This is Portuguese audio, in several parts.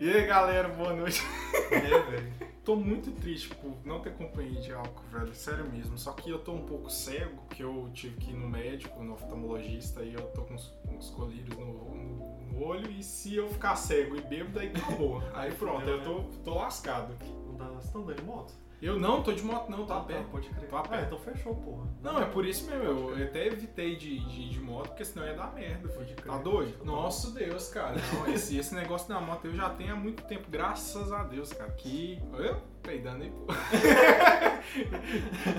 E aí, galera, boa noite. É, velho. Tô muito triste por não ter companhia de álcool, velho. Sério mesmo. Só que eu tô um pouco cego, porque eu tive que ir no médico, no oftalmologista, e eu tô com os, com os colírios no, no- no olho. E se eu ficar cego e bebo, daí acabou. Aí pronto, eu né? tô, tô lascado. Não dá- Vocês estão dando de moto? Eu não tô de moto, não, tá Ah, aberto. Pode crer. Tá Ah, aberto. então fechou, porra. Não, é por isso mesmo, eu eu até evitei de, de, de moto, porque senão ia dar merda. filho. Pode crer. Tá doido? Nossa Deus, cara. Não, esse, esse negócio da moto eu já tenho há muito tempo, graças a Deus, cara. Que. Eu peidando aí, pô.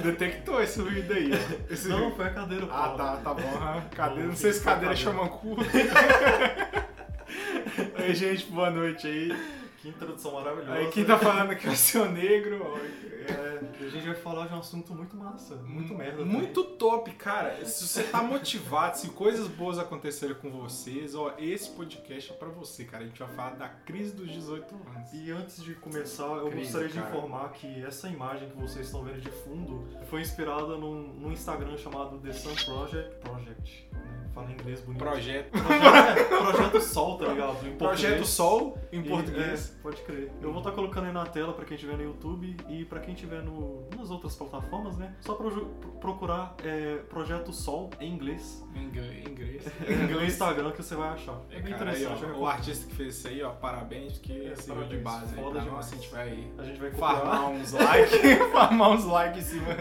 Detectou esse ruído aí, ó. Esse Não, ruído. foi a cadeira, porra. Ah, tá, tá bom. ah, Cadeira, não Bom, sei se fica cadeira cadeira. chama cu. Oi, gente, boa noite aí. Que introdução maravilhosa. Aí quem tá falando que eu sou negro, ó, É, a gente vai falar de um assunto muito massa. Muito merda. Hum, Muito top, cara. Se você tá motivado, se coisas boas acontecerem com vocês, ó, esse podcast é pra você, cara. A gente vai falar da crise dos 18 anos. E antes de começar, eu Crise, gostaria de cara. informar que essa imagem que vocês estão vendo de fundo foi inspirada num, num Instagram chamado The Sun Project. Project. Né? Fala em inglês bonito. Projeto. Projeto, Projeto Sol, tá ligado? Em Projeto português. Sol, em E, português. é, pode crer. Eu vou estar colocando aí na tela pra quem tiver no YouTube e pra quem tiver no, nas outras plataformas, né? Só proju- pro- procurar é, Projeto Sol é, em inglês. É, Em inglês. Inglês. No Instagram que você vai achar. É É, bem cara, aí, ó, interessante. eu o recomendo. artista que fez isso aí, ó, parabéns, porque É, é, serviu de parabéns, base aí foda pra demais. nós. A gente vai A gente vai copiar farmar uns likes, farmar uns likes em cima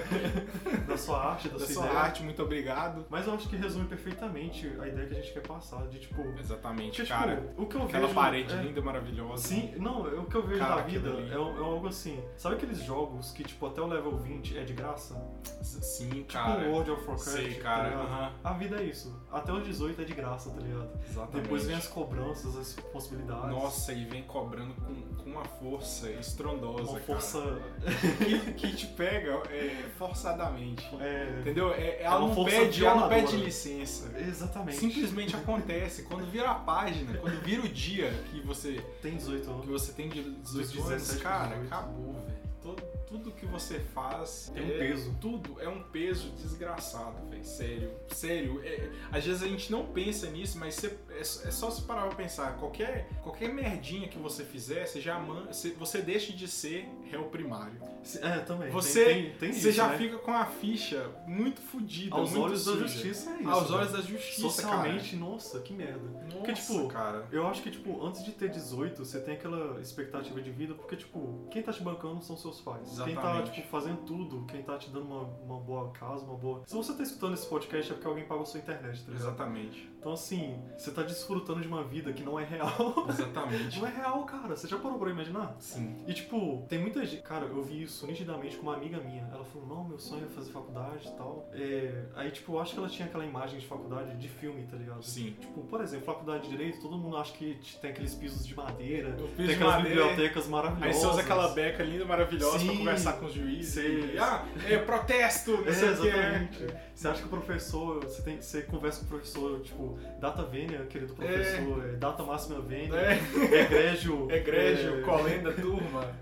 da sua arte, da, da sua sua ideia. arte. Muito obrigado. Mas eu acho que resume perfeitamente a ideia que a gente quer passar. De tipo. Exatamente, Porque, É, cara. tipo, o que eu Aquela vejo, parede é, linda, maravilhosa. Sim, não, é o que eu vejo Cara, da vida aquilo ali. é, um- é algo assim. Sabe aqueles jogos que, tipo, até o level 20 é de graça? Sim, Tipo cara. World of Warcraft. Sei, tá cara. ligado? aham. A vida é isso. Até os 18 é de graça, tá ligado? Exatamente. Depois vem as cobranças, as possibilidades. Nossa, e vem cobrando com, com uma força estrondosa, uma força. cara. Que, que te pega é, forçadamente. É, Entendeu? É, ela, uma não força pede, ela não violadora. pede licença. exatamente. Simplesmente acontece. Quando vira a página, quando vira o dia que você, Tem 18 que anos. você tem de 18 Dos 17 anos, pros cara, 18. acabou, velho. Todo- Tudo que você faz Tem um é- peso. Tudo é um peso desgraçado, velho. Sério, sério. É, às vezes a gente não pensa nisso, mas cê- é, só- é só se parar pra pensar. Qualquer, qualquer merdinha que você fizer, você já man- você, você deixa de ser réu primário. Se- É, também. Você- tem, tem, tem você isso, já né? fica com a ficha muito fodida, Aos muito olhos da suja. justiça é isso. Aos né? olhos da justiça, Socialmente, nossa, que merda. cara. Porque, Nossa, tipo, cara. Eu acho que, tipo, antes de ter 18, você tem aquela expectativa de vida, porque, tipo, quem tá te bancando são seus pais. Quem Exatamente. tá, tipo, fazendo tudo, quem tá te dando uma, uma boa casa, uma boa. Se você tá escutando esse podcast é porque alguém pagou sua internet, tá ligado? Exatamente. Então, assim, você tá desfrutando de uma vida que não é real. Exatamente. não é real, cara. Você já parou pra imaginar? Sim. E, tipo, tem muita gente. Cara, eu vi isso nitidamente com uma amiga minha. Ela falou: Não, meu sonho é fazer faculdade e tal. É... Aí, tipo, eu acho que ela tinha aquela imagem de faculdade de filme, tá ligado? Sim. Tipo, por exemplo, faculdade de direito, todo mundo acha que te- tem aqueles pisos de madeira, Eu fiz tem de aquelas maneira- bibliotecas maravilhosas. Aí você usa aquela beca linda, maravilhosa, pra Sim. conversar com os juízes. Sim. E, ah, é protesto, não É, sei o que exatamente. Você acha que o professor, você, tem, você conversa com o professor, tipo, data vênia, querido professor, é, data máxima vênia, É, egrégio. egrégio, é, colenda, turma,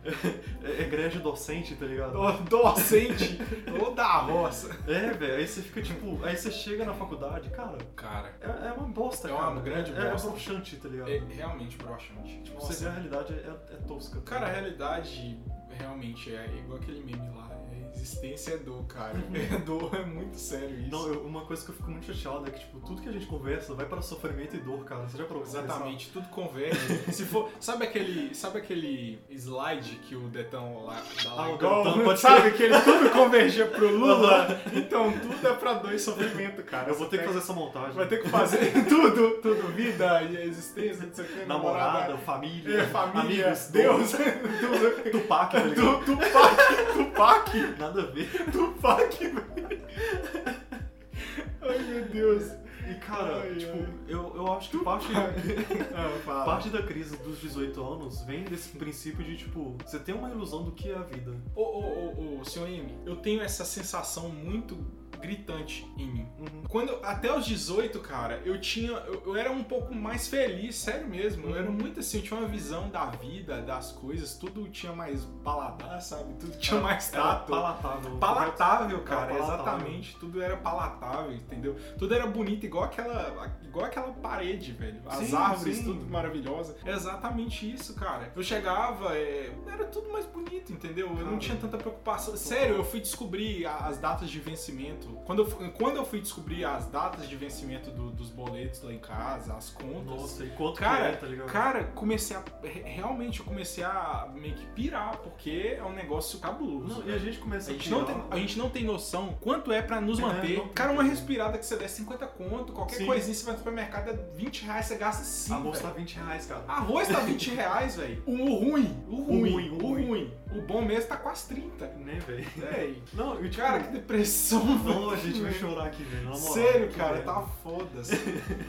é- egrégio docente, tá ligado? do- docente ou da roça. É, velho, aí você fica tipo. Aí você chega na faculdade, cara, Cara, é, é uma bosta, É uma cara. grande é, bosta. É broxante, tá ligado? é realmente broxante. Tipo, Você você- vê a realidade, é, é tosca. tá Cara, a ligado? realidade realmente é igual aquele meme lá. é existência é dor, cara. É dor, é muito sério isso. Não, eu- uma coisa que eu fico muito chateado é que, tipo, tudo que a gente conversa vai para sofrimento e dor, cara. Você já parou pra pensar? Exatamente, tudo converge. Se for, sabe aquele, sabe aquele slide que o Detão lá da Ah, o Lagoa- Detão pode- sabe que ele tudo convergia pro Lula? Então tudo é pra dor e sofrimento, cara. Eu vou Você ter que pega- fazer essa montagem. Vai ter que fazer tudo, tudo, vida e existência, não sei o que, namorada, é, família, família, amigos, Deus, dor, Tupac, tá tu, ligado? Tupac, Tupac, Nada a ver. Tupac, velho. Ai meu Deus. E, cara, Ai, tipo, ai. Eu, eu acho que parte, Ah, fala. parte da crise dos 18 anos vem desse princípio de, tipo, você tem uma ilusão do que é a vida. Ô, ô, ô, ô, senhor M, eu tenho essa sensação muito gritante em mim. Uhum. Quando eu- até os 18, cara, eu tinha. Eu, eu era um pouco mais feliz, sério mesmo. Eu era muito assim, eu tinha uma visão da vida, das coisas, tudo tinha mais paladar, sabe? Tudo tinha mais Era tato. é palatável. Palatável, Era cara, palatável. exatamente. Tudo era palatável, entendeu? Tudo era bonito, igual aquela, igual aquela parede, velho. As Sim, árvores, sim. tudo maravilhosa. É exatamente isso, cara. Eu chegava, é, era tudo mais bonito, entendeu? Eu não Cara. tinha tanta preocupação. Sério, eu fui descobrir a- as datas de vencimento. Quando eu, fu- quando eu fui descobrir as datas de vencimento do- dos boletos lá em casa, as contas. Nossa, e quanto Cara, que é, tá ligado? Cara, comecei a. re- Realmente, eu comecei a meio que pirar, porque é um negócio cabuloso. Não, e a gente começa A gente, a não tem, pirar. a gente não tem noção quanto é pra nos É, manter. não tem cara, uma como. respirada que você der 50 conto, qualquer Sim. coisinha, você vai no supermercado, é 20 reais, você gasta 5. A bolsa tá 20 reais, cara. Arroz tá 20 reais, velho. O ruim, o ruim, o ruim, ruim, o o bom mesmo tá quase 30. Né, velho? Véi. Não, e tipo, Cara, que depressão, velho. não, a gente vai chorar aqui, velho. na moral. né, Sério, Que cara, merda. tá foda-se.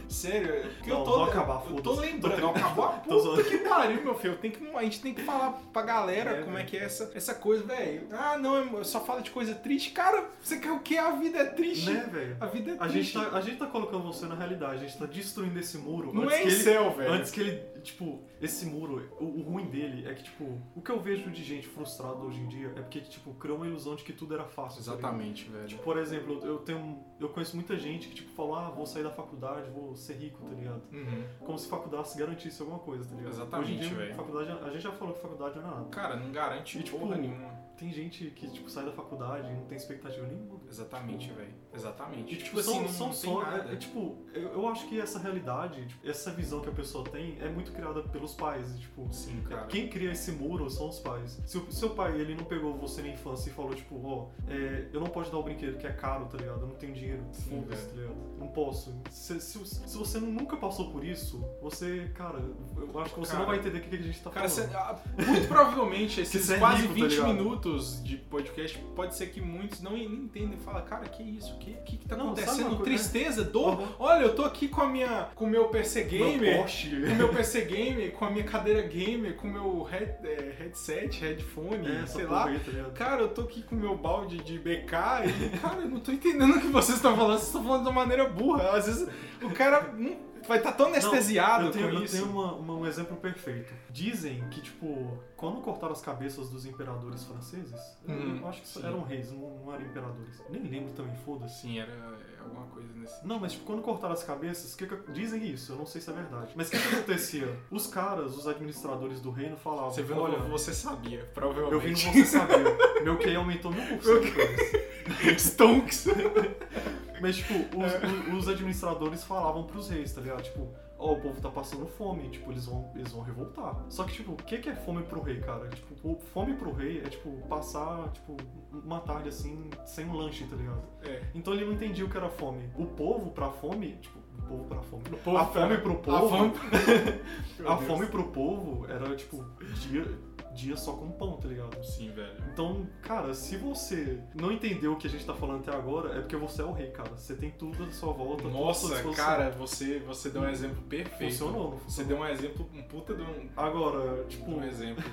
Sério, é porque eu Não, tô. vou acabar, eu tô foda-se. lembrando, Tô brincando. acabou a Tô puta zoando. que pariu, meu filho. Tem que, a gente tem que falar pra galera É, como é velho. que é essa, essa coisa, velho. Ah, não, eu só falo de coisa triste. Cara, você quer o quê? A vida é triste. Né, velho? A vida é A gente, triste. tá, a gente tá colocando você na realidade, a gente tá destruindo esse muro. Não antes é que em ele, céu, velho. Antes que ele, tipo, esse muro, o, o ruim dele é que, tipo, o que eu vejo de gente frustrada hoje em dia é porque, tipo, criou uma ilusão de que tudo era fácil. tá ligado? velho. Tipo, por exemplo, eu tenho. Eu conheço muita gente que, tipo, fala, ah, vou sair da faculdade, vou ser rico, tá ligado? Uhum. Como se faculdade garantisse alguma coisa, tá ligado? Exatamente, Hoje em dia, velho. faculdade, a gente já falou que faculdade não é nada. Cara, não garante E, tipo, porra nenhuma. Tem gente que, tipo, sai da faculdade e não tem expectativa nenhuma. tá Exatamente, velho. Exatamente. assim, E, tipo, são, não- são não tem só. nada. é, é, tipo, eu, eu acho que essa realidade, tipo, essa visão que a pessoa tem é muito criada pelos pais. e, Tipo, Sim, cara. quem cria esse muro são os pais. Se o seu pai ele não pegou você na infância e falou, tipo, ó, é, eu não posso te dar o brinquedo que é caro, tá ligado? Eu não tenho dinheiro. Sim, Foda-se, tá ligado? Não posso. Se, se- se você nunca passou por isso, você, cara, eu acho que você Cara, não vai entender o que que a gente tá Cara, falando. cê- ah, muito provavelmente esses você é quase rico, tá 20 ligado? minutos de podcast pode ser que muitos não entendam e falam, cara, que isso? O que, que, que tá Não, sabe acontecendo? uma coisa? né?" Tristeza, dor. Uhum. Olha, eu tô aqui com a minha. com o meu PC Meu é um gamer. Porsche. Com o meu PC gamer, com a minha cadeira gamer, com o meu head, é, headset, headphone, É, essa sei porra lá. aí, tá ligado? Cara, eu tô aqui com o meu balde de BK e, cara, eu não tô entendendo o que vocês estão falando, vocês estão falando de uma maneira burra. Às vezes o cara hum, vai estar tão anestesiado Eu tenho, com eu isso. tenho uma- uma- um exemplo perfeito. Dizem que, tipo, quando cortaram as cabeças dos imperadores franceses, eu- Hum, eu acho que sim. eram reis, não, não eram imperadores. Nem lembro também, foda-se. Sim, era é, alguma coisa nesse. Não, mas tipo, quando cortaram as cabeças, que que- dizem isso, eu não sei se é verdade. Mas o que, que acontecia? Os caras, os administradores do reino falavam, Você viu no olha, que você sabia, eu vi no provavelmente. você saber, meu QI aumentou mil por cento. Stonks. Mas, tipo, os, o- os administradores falavam pros reis, tá ligado? Tipo, ó, o povo tá passando fome, tipo, eles vão, eles vão revoltar. Só que, tipo, o que que é fome pro rei, cara? Tipo, o- fome pro rei é, tipo, passar, tipo, uma tarde, assim, sem um lanche, tá ligado? É. Então ele não entendia o que era fome. O povo pra fome, tipo, o povo pra fome. povo a pra- fome pro povo. A fome, a fome pro povo era, tipo, dia, dia só com pão, tá ligado? Sim, velho. Então, cara, se você não entendeu o que a gente tá falando até agora, é porque você é o rei, cara. Você tem tudo à sua volta. tudo à sua Nossa, disposição. cara, você, você deu um exemplo perfeito. Funcionou, não Você funcionou. deu um exemplo, um puta de um, Agora, tipo, de um exemplo.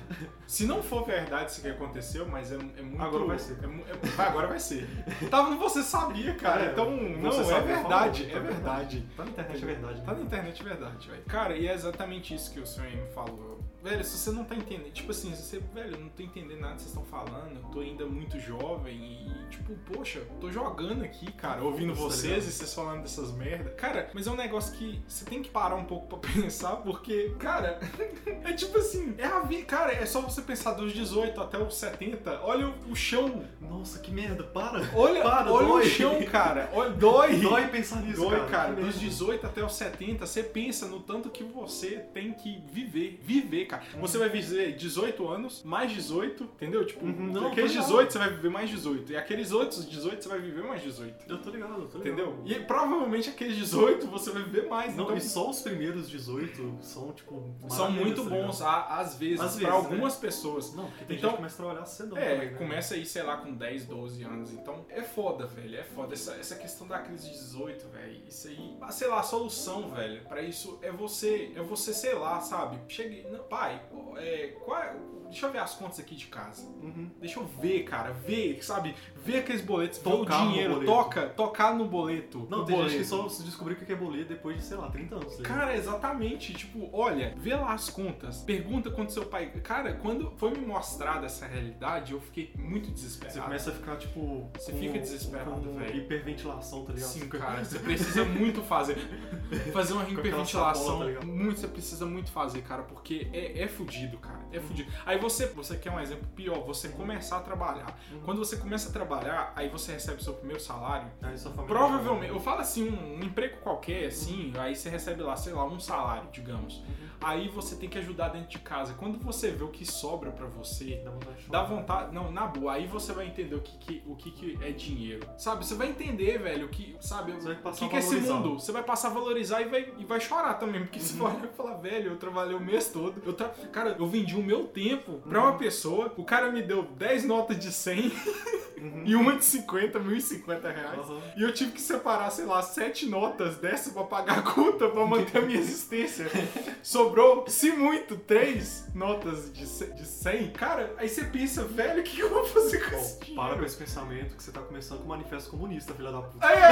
Se não for verdade isso que aconteceu, mas é, é muito. Agora vai ser. é mu- é- vai, agora vai ser. Tava no Você Sabia, cara. É, então, não, Você é Sabia verdade, falou, é tá verdade. tá na internet é verdade. Tá na internet é verdade, velho. Cara, e é exatamente isso que o senhor me falou. Velho, se você não tá entendendo, tipo assim, se você, velho, eu não tô entendendo nada que vocês estão falando, eu tô ainda muito jovem e, tipo, poxa, tô jogando aqui, cara, ouvindo Tá vocês ligado? e vocês falando dessas merda. Cara, mas é um negócio que você tem que parar um pouco pra pensar, porque, cara, é tipo assim, é a vida, cara, é só você pensar dos 18 até os 70, olha o, o chão, Nossa, que merda, para. olha, Para, olha dói. o chão, cara, olha, Dói pensar nisso, Dói, cara. cara. Que Dos merda. 18 até os 70, você pensa no tanto que você tem que viver. Viver, cara. Você vai viver 18 anos, mais 18, entendeu? Tipo, Uhum, não, aqueles tô ligado. 18 você vai viver mais 18. E aqueles outros 18 você vai viver mais 18. Eu tô ligado, eu tô ligado. Entendeu? E provavelmente aqueles 18 você vai viver mais. Não, então, e só os primeiros 18 são, tipo, são maravilhas, muito tá bons, ligado? a- ààs vezes, pra Às vezes, né? algumas pessoas. Não, porque tem Então- gente que começa a trabalhar cedo. É, também, né? começa aí, sei lá, com 10, 12 anos. Então, é foda, velho. É foda. Essa, essa questão da crise de 18, velho. Isso aí. ah, Sei lá, a solução, velho, pra isso é você. É você, sei lá, sabe? Chegue. Não, pai, é, qual é- deixa eu ver as contas aqui de casa. Uhum. Deixa eu ver, cara, ver, sabe? Ver aqueles boletos, Tocar ver o no dinheiro, boleto. toca, tocar no boleto. Não, no tem boleto. gente que só se descobriu o que é boleto depois de, sei lá, 30 anos. tá ligado? Cara, exatamente. Tipo, olha, vê lá as contas, pergunta quando seu pai. Cara, quando foi me mostrada essa realidade, eu fiquei muito desesperado. você começa a ficar, tipo. Você fica desesperado, com velho. Hiperventilação, tá ligado? Sim, Fica- cara, você precisa muito fazer. Fazer uma aquela hiperventilação, sacola, tá ligado? muito, você precisa muito fazer, cara, porque é, é fudido, cara. É fudido. Aí você, você quer um exemplo pior, você começar a trabalhar. Uhum. Quando você começa a trabalhar, aí você recebe seu primeiro salário. Aí sua família- Provavelmente, eu falo assim, um, um emprego qualquer, assim, aí você recebe lá, sei lá, um salário, digamos. Uhum. Aí você tem que ajudar dentro de casa. Quando você vê o que sobra pra você, Dá vontade de chorar. Dá vontade. Não, na boa, aí você vai entender o que, que- o que, que é dinheiro. Sabe? Você vai entender, velho, o que. Sabe? Você vai O passar que, a que é esse valorizar. mundo? Você vai passar a valorizar e vai, e vai chorar também. Porque você vai olhar e falar, velho, eu trabalhei o mês todo. Eu tra... Cara, eu vendi o meu tempo pra uma pessoa. O cara me deu 10 notas de 100 Uhum. e uma de 50, 1.050 reais. Aham. E eu tive que separar, sei lá, sete notas dessa pra pagar a conta pra manter a minha existência. Sobrou, se muito, três notas de, ce- de 100. Cara, aí você pensa, velho, o que, que eu vou fazer com isso? Bom, para com esse pensamento que você tá começando com o manifesto comunista, filha da puta. Aí, Ah, é,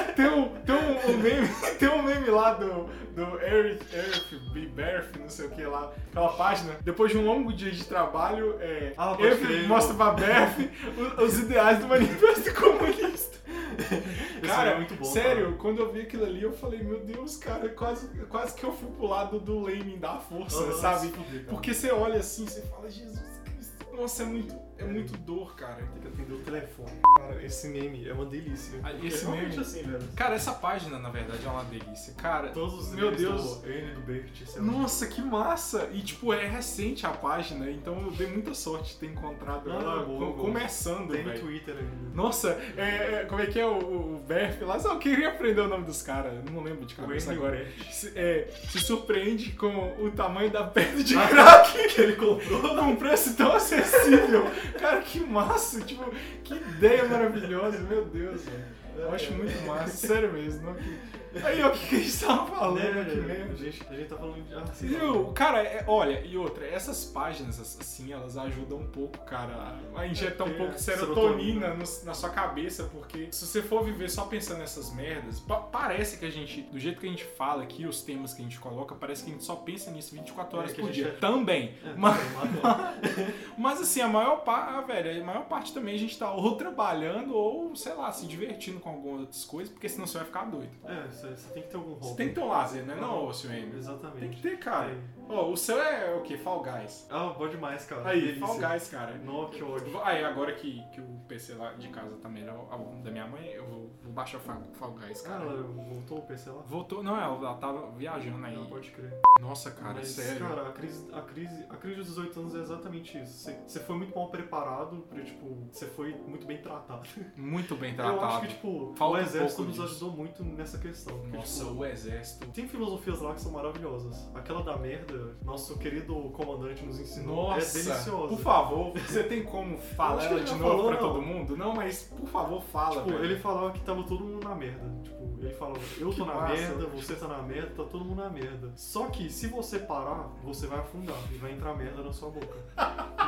aqui tem um, tem um, um meme, tem um meme lá do, do Eric, Eric B. Berth, não sei o que lá, aquela página. Depois de um longo dia de trabalho, é, Ah, pode Eric crer. mostra pra Berth o- os, ideais do manifesto comunista. Esse Cara, é muito bom, sério, quando eu vi aquilo ali, eu falei, meu Deus, cara, é quase, quase que eu fui pro lado do Lenin da força, Aham, sabe? se fuder, cara. Porque você olha assim, você fala, Jesus Cristo, nossa, é muito, é muito dor, cara. Tem que atender o telefone. Cara, esse meme é uma delícia. Ah, esse é realmente meme- assim, velho. Cara, essa página, na verdade, é uma delícia. Cara, Todos os meu memes Deus. do N do Bert, é sei lá. Nossa, que massa! E, tipo, é recente a página, então eu dei muita sorte de ter encontrado Não, ela é boa, co- é boa. começando, Tem no velho. Twitter ainda. Nossa, é, é, como é que é o, o Berf lá? Só, eu queria aprender o nome dos caras, eu não lembro de cabeça Wayne agora. Bert. Se, é, se surpreende com o tamanho da pedra de Ah, crack que ele comprou. com um preço tão acessível. Cara, que massa! Tipo, que ideia maravilhosa, meu Deus, velho. Eu É. acho muito massa, sério mesmo. não que- Aí, ó, o que que a gente tava falando Né, aqui mesmo? velho? A gente, a gente tá falando de. Ah, sei lá. Viu? Cara, é- olha, e outra, essas páginas, assim, elas ajudam um pouco, cara, a injetar um É, pouco de serotonina. serotonina no- na sua cabeça, porque se você for viver só pensando nessas merdas, pa- parece que a gente, do jeito que a gente fala aqui, os temas que a gente coloca, parece que a gente só pensa nisso 24 É, horas que a por gente dia. é- Também. É, Mas, mas- mas assim, a maior parte, velho, a maior parte também a gente tá ou trabalhando ou, sei lá, se divertindo com algumas outras coisas, porque senão você vai ficar doido. É, você, você tem que ter algum hobby. Você tem que ter um lazer, né? Não, Silvio. Exatamente. Tem que ter, cara. Tem. Ó, o seu é o quê? Fall Guys. Ah, bom demais, cara. Aí, Delícia. Fall Guys, cara. Nó, que ódio. Aí, agora que, que o PC lá de casa tá melhor, a da minha mãe, eu vou, vou baixar o Fall, Fall Guys, Cara, cara. ela voltou o PC lá? Voltou, não, ela, ela tava viajando aí. Não, pode crer. Nossa, cara, Mas, sério. Cara, a crise, a, crise, a crise dos 18 anos é exatamente isso. Você, você foi muito mal preparado pra, tipo, você foi muito bem tratado. Muito bem Eu acho tratado. que, tipo, Falta o um exército pouco nos disso. ajudou muito nessa questão. porque, Nossa, tipo, o exército. tem filosofias lá que são maravilhosas. Aquela da merda, nosso querido comandante nos ensinou. Nossa, é deliciosa. por favor, você tem como falar Acho que ela ele de já novo falou, pra não. todo mundo? Não, mas por favor, fala, Tipo, velho. ele falava que tava todo mundo na merda. Tipo, ele falava, eu Que tô na massa. merda, você tá na merda, tá todo mundo na merda. Só que se você parar, você vai afundar e vai entrar merda na sua boca.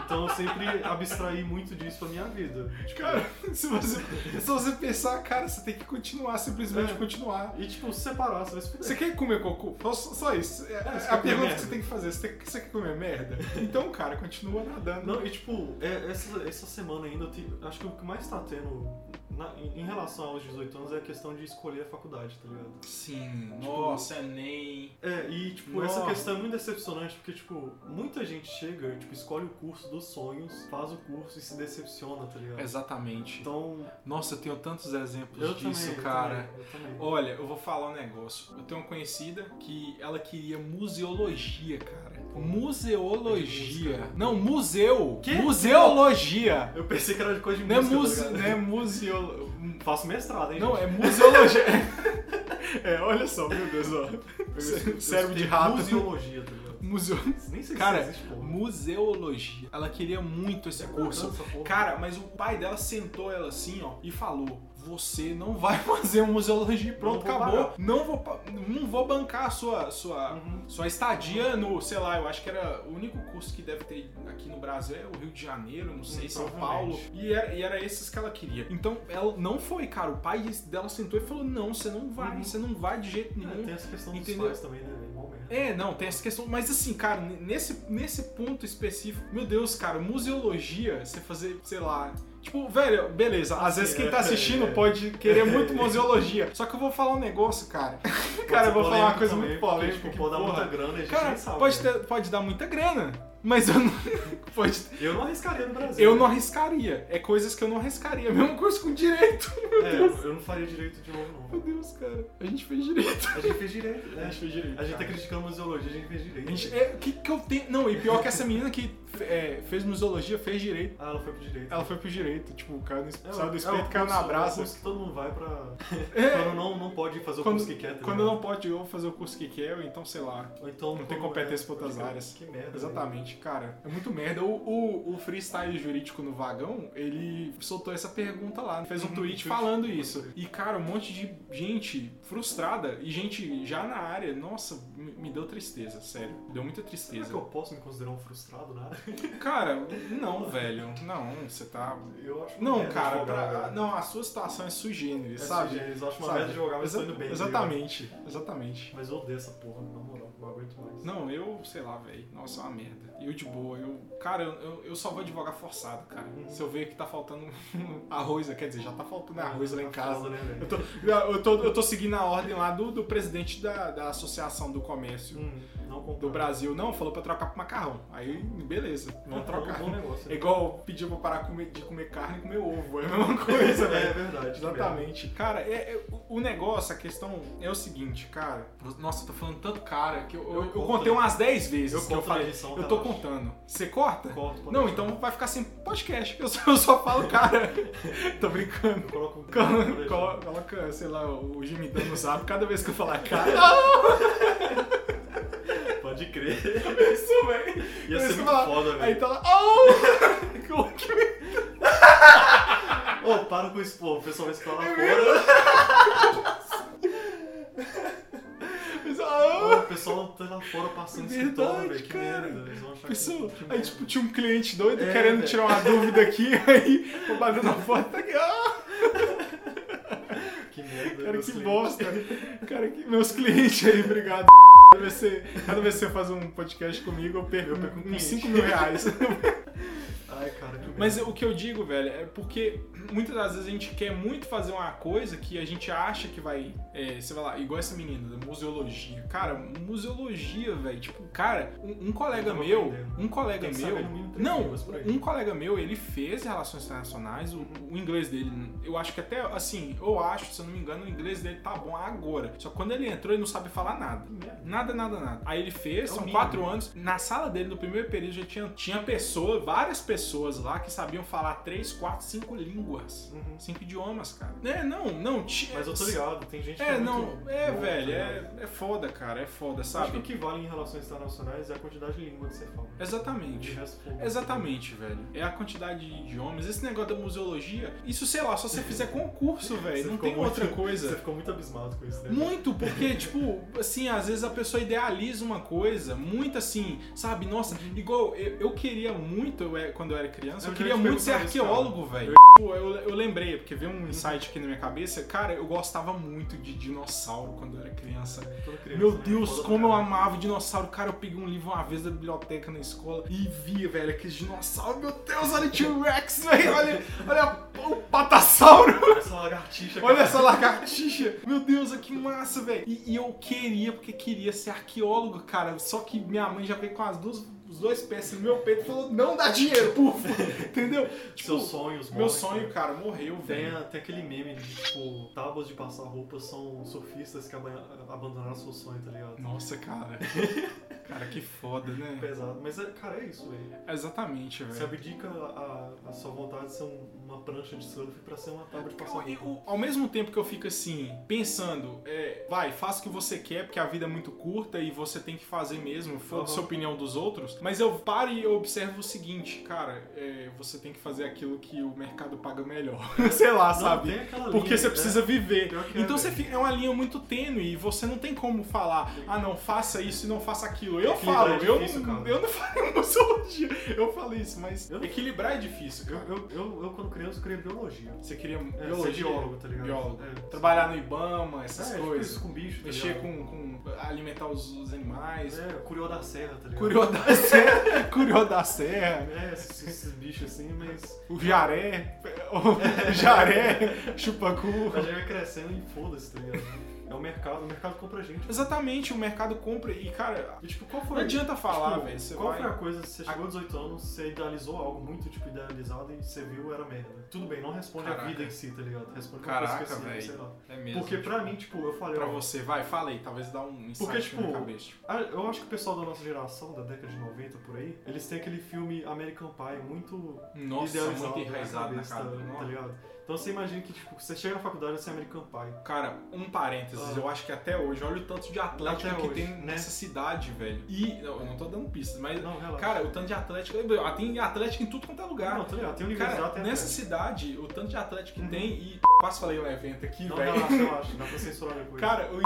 Então eu sempre abstraí muito disso pra minha vida. Tipo, Cara, se você, se você pensar, cara, você tem que continuar, simplesmente É. continuar. E tipo, se você parar, você vai se Você fuder. quer comer cocô? Só, só isso. É, você é quer a pergunta comer que merda? você tem que fazer. Você, tem- você quer comer merda? Então, cara, continua nadando. Não, e tipo, é- essa, essa semana ainda, eu te- acho que o que mais tá tendo na- em, em relação aos 18 anos é a questão de escolher a faculdade, tá ligado? Sim, nossa, Enem. É, e tipo, Nossa. essa questão é muito decepcionante, porque, tipo, muita gente chega, tipo, escolhe o curso dos sonhos, faz o curso e se decepciona, tá ligado? Exatamente. Então, Nossa, eu tenho tantos exemplos eu disso, também, cara. Eu também, eu também. Olha, eu vou falar um negócio. Eu tenho uma conhecida que ela queria museologia, cara. Museologia. É de música. Não, museu. Quê? Museologia. Eu pensei que era de coisa de Não é, música, muse... tá não ligado? Hum, é museo... Faço mestrado, hein? Não, gente? é museologia. é, olha só, meu Deus, ó. Eu- eu- Cérebro de eu- rato. Museologia, tá ligado? Museo... Nem sei Cara, se isso existe, porra. Museologia. Ela queria muito esse curso. Essa porra. Cara, mas o pai dela sentou ela assim, ó, e falou: você não vai fazer um museologia e pronto, Não vou acabou. pagar. Não vou pa- não vou bancar a sua sua Uhum. sua estadia no, sei lá, eu acho que era o único curso que deve ter aqui no Brasil é o Rio de Janeiro, não sei, Hum, São Paulo. provavelmente. E era, e era esses que ela queria. Então ela não foi, cara. O pai dela sentou e falou: não, você não vai, Uhum. você não vai de jeito nenhum. É, tem essa questão Entendeu? dos pais também, né? velho? Mó merda. É, não, tem essa questão. Mas assim, cara, n- nesse, nesse ponto específico, meu Deus, cara, museologia, você fazer, sei lá. Tipo, velho, beleza, às Assim, vezes quem tá é, assistindo é. pode querer muito É. museologia. Só que eu vou falar um negócio, cara. Pode cara, ser eu vou falar uma polêmico coisa também, muito porque, polêmica. Tipo, que pode dar porra. muita grana e a gente Cara, nem sabe. pode, né? ter- pode dar muita grana, mas eu não. pode- Eu não arriscaria no Brasil. eu não né? arriscaria. É coisas que eu não arriscaria. Mesmo curso com direito. É, eu- eu não faria direito de novo, Meu não. Deus, cara. A gente fez direito. A gente fez direito, né? fez direito. A gente tá cara. criticando a museologia, a gente fez A gente- direito. é, o que, que eu tenho. Não, e pior que essa menina que é, fez museologia, fez direito. Ah, ela foi pro direito. Ela foi pro direito, tipo, o cara não É, saiu é do espelho, o caiu na curso- brasa. É o curso que todo mundo vai pra... É, Quando não, não pode fazer o Quando- curso que quer. tá quando ligado? não pode eu fazer o curso que quer, ou então, sei lá. Ou então, não tem quando- competência é, pra outras pode crer. áreas. Que merda. né? Exatamente, cara. É muito merda. O, o, o freestyle jurídico no vagão, ele soltou essa pergunta lá. Fez um Uhum, tweet tweet. falando isso. E, cara, um monte de gente frustrada e gente já na área. Nossa, me me deu tristeza, sério. Deu muita velho. Será tristeza. é que eu posso me considerar um frustrado na área? Cara, não, velho. Não, você tá. É, Eu acho uma Não, merda cara, jogar, pra- velho. não, a sua situação é sui generis, É sabe? sujeira, Eles acham uma Sabe? merda de jogar, mas Exa- tô indo bem. tá ligado? Exatamente, exatamente. Mas eu odeio essa porra, na moral. Não aguento mais. Não, eu, sei lá, velho. Nossa, é uma merda. Eu de boa, eu. Cara, eu, eu- eu só vou advogar forçado, cara. Uhum. Se eu ver que tá faltando arroz, quer dizer, já tá faltando arroz lá em Tá casa. foda, né, velho? Eu tô, eu, tô, eu tô seguindo a ordem lá do, do presidente da, da Associação do Comércio Hum, não concordo. do Brasil. Não, falou pra trocar pro macarrão. Aí, beleza, Não vamos trocar. Bom negócio. É né? igual pedir pra eu parar comer- de comer carne e comer ovo. É a mesma coisa, velho. É verdade. Exatamente. Cara, é, é- o- o negócio, a questão é o seguinte, cara. Nossa, eu tô falando tanto cara que eu, eu, Eu eu conto- contei umas 10 vezes Eu que eu conto a falei. edição, eu tô relaxa. contando. Você corta? Corto, pode Não, deixar. então vai ficar sem podcast. Eu só, eu só falo cara. então, tô brincando. Eu coloco um pode Colo- deixar. colo- Coloca, sei lá, o Jimmy Dan no zap cada vez que eu falar cara. Pode crer. isso, velho. é Ia Isso ser que eu muito falar. foda, Aí velho. tá lá. "Oh!" Como que Ô, para com isso, pô. O pessoal vai escutar É lá fora. isso? "Oh!" Ô, O pessoal tá lá fora passando É Verdade, escritório, velho. Que cara. merda. Eles vão achar que- Pessoal, que aí merda. tipo, tinha um cliente doido É, querendo velho. tirar uma dúvida aqui, aí eu batendo na porta tá aqui, ah, Que merda. cara, meus que clientes. bosta. Cara, que... meus clientes aí, obrigado. Cada vez que você- cada vez que você faz um podcast comigo, eu perco, Eu perco um uns cliente. 5 mil reais. Ai, cara, que merda. Mas o que eu digo, velho, é porque muitas das vezes a gente quer muito fazer uma coisa que a gente acha que vai. É, você vai lá, igual essa menina, da museologia. Cara, museologia, velho. Tipo, cara, um, um colega Eu tava meu. aprendendo. Um colega Tem que meu. saber no mínimo três Não, línguas por aí. um colega meu, ele fez relações internacionais, o, o inglês dele, eu acho que até, assim, eu acho, se eu não me engano, o inglês dele tá bom agora. Só que quando ele entrou, ele não sabe falar nada. Que merda. Nada, nada, nada. Aí ele fez, É o são mínimo. quatro anos. Na sala dele, no primeiro período, já tinha, tinha pessoa, várias pessoas lá que sabiam falar três, quatro, cinco línguas. Uhum. Cinco idiomas, cara. É, não, não, tinha. Mas eu tô ligado, tem gente que É, muito não, é, boa, velho, tá ligado? é, é foda, cara, é foda, Acho que sabe? o que vale em relações internacionais é a quantidade de língua que você fala. De Exatamente. resto, pô, Exatamente, velho. É a quantidade de idiomas. Esse negócio da museologia, isso, sei lá, só se você fizer concurso, você velho. Não ficou tem muito- outra coisa. Você ficou muito abismado com isso, né? Muito, porque, tipo, assim, às vezes a pessoa idealiza uma coisa, muito assim, sabe? Nossa, igual eu, eu queria muito, eu é- quando eu era criança, eu, Uhum. Eu queria queria te muito ser perguntar isso, cara. Uhum. arqueólogo, velho. Tipo, Eu, eu lembrei, porque veio um insight aqui na minha cabeça. Cara, eu gostava muito de dinossauro quando eu era criança. Todo criança, Meu né? Deus, Foda como eu pra caralho. amava dinossauro. Cara, eu peguei um livro uma vez da biblioteca na escola e via, velho, aqueles dinossauros. Meu Deus, olha o T-Rex, velho. Olha, olha a- o patassauro. Essa lagartixa, Olha cara. essa lagartixa. Meu Deus, que massa, velho. E, e eu queria, porque queria ser arqueólogo, cara. Só que minha mãe já veio com as duas, os dois pés assim no meu peito e falou, não dá dinheiro, puf. Entendeu? Tipo, Seus sonhos, meu morrem, sonho, cara, morreu, Tem, velho. a- tem aquele meme de, tipo, tábuas de passar roupa são surfistas que aban- abandonaram seu sonho, tá ligado? Nossa, cara. Cara, que foda, né? Pesado. Mas, é, cara, é isso, velho. Exatamente, velho. Você abdica a, a- a sua vontade de ser um- uma prancha de surf pra ser uma tábua de passar Eu- roupa. eu- ao mesmo tempo que eu fico assim, pensando, é, vai, faça o que você quer, porque a vida é muito curta e você tem que fazer mesmo, foda-se a Aham. opinião dos outros, Mas eu paro e eu observo o seguinte, cara, é, você tem que fazer aquilo que o mercado paga melhor. Sei lá, Não, Ah, sabe? tem aquela Porque linha, você né? precisa viver. Pior que é, Então você velho. fica- é uma linha muito tênue e você não tem como falar, ah não, faça isso e não faça aquilo. Eu Equilibrar falo, é eu, difícil, não, cara. eu não falei museologia, eu falei isso, mas Eu não- equilibrar é difícil, Eu, cara. eu, eu, eu, quando criança, eu queria biologia. Você queria É, biologia, ser biólogo, tá ligado? biólogo. É. Trabalhar no Ibama, essas é, tipo coisas. isso com bicho, tá Mexer ligado? com, com- alimentar os, os animais. É, curió da serra, tá ligado? Curió da Serra, Curió da Serra, É, esses, esses bichos assim, mas... o Jaré, o Jaré, Chupacu. A gente vai crescendo e foda-se, tá ligado? É o mercado, o mercado compra a gente. Exatamente, o mercado compra e, cara, E, tipo, qual não foi... adianta falar, tipo, velho. Você Qual vai. foi a coisa, você chegou aos 18 anos, você idealizou algo muito, tipo, idealizado e você viu era merda. Tudo bem, não responde a Caraca. vida em si, tá ligado? Responde Caraca, uma coisa que velho. assim, sei lá. É mesmo. Porque pra mim, tipo, eu falei, Pra ó, você, vai, fala aí, talvez dá um insight Porque, tipo, na minha cabeça. tipo, Ah, Eu acho que o pessoal da nossa geração, da década de 90 por aí, eles têm aquele filme American Pie muito Nossa, idealizado muito enraizado na cabeça, cabeça. tá não. ligado? Então você imagina que tipo, você chega na faculdade você é American Pie. Cara, um parênteses, Ah. eu acho que até hoje, olha o tanto de Atlético Até que hoje, tem né? nessa cidade, velho. E, não, eu não tô dando pistas, mas, Não, relaxa. cara, o tanto de Atlético, tem Atlético em tudo quanto é lugar. não, tá ligado? Tem universidade, Cara, tem nessa atleta. cidade, o tanto de atleta que Uhum. tem e quase falei um evento aqui, Não, é velho. relaxa, relaxa. Dá pra censurar depois. Cara, o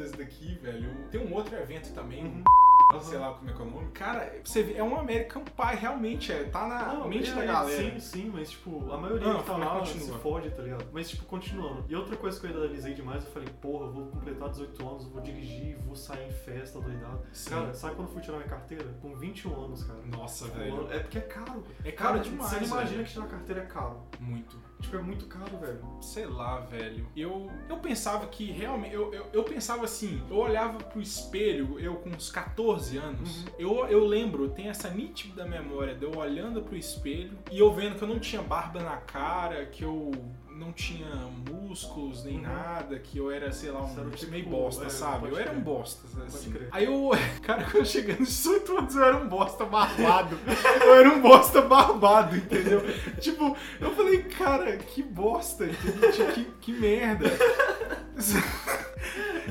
desse daqui, velho, tem um outro evento também, Uhum. um sei lá como é que é o nome. Cara, você vê, é um American Pie, realmente, é, tá na Não, mente é, da é, galera. Sim, sim, mas tipo, a maioria Não, que tá mas lá continua. se fode, tá ligado? Mas tipo, continuando. E outra coisa que eu idealizei demais, eu falei, porra, eu vou completar 18 anos, eu vou dirigir, vou sair em festa, doidado. Sim. Cara, sabe quando eu fui tirar minha carteira? Com 21 anos, cara. Nossa, Um velho. ano- É porque é caro. É caro Cara, demais, Você não imagina velho. que tirar carteira é caro. Muito. Tipo, é muito caro, velho. Sei lá, velho. Eu, eu pensava que realmente. Eu, eu, eu pensava assim, eu olhava pro espelho, eu com uns 14 anos. Uhum. Eu, eu lembro, eu tenho essa nítida memória de eu olhando pro espelho e eu vendo que eu não tinha barba na cara, que eu não tinha músculos nem Uhum. nada, que eu era, sei lá, um Você era o tipo- meio bosta, é, sabe? pode Eu era um crer. bosta, assim. crer. Aí eu, cara, quando eu cheguei nos 18 anos, eu era um bosta barbado. eu era um bosta barbado, entendeu? Tipo, eu falei, cara, que bosta, entendeu? Tipo, que, que merda.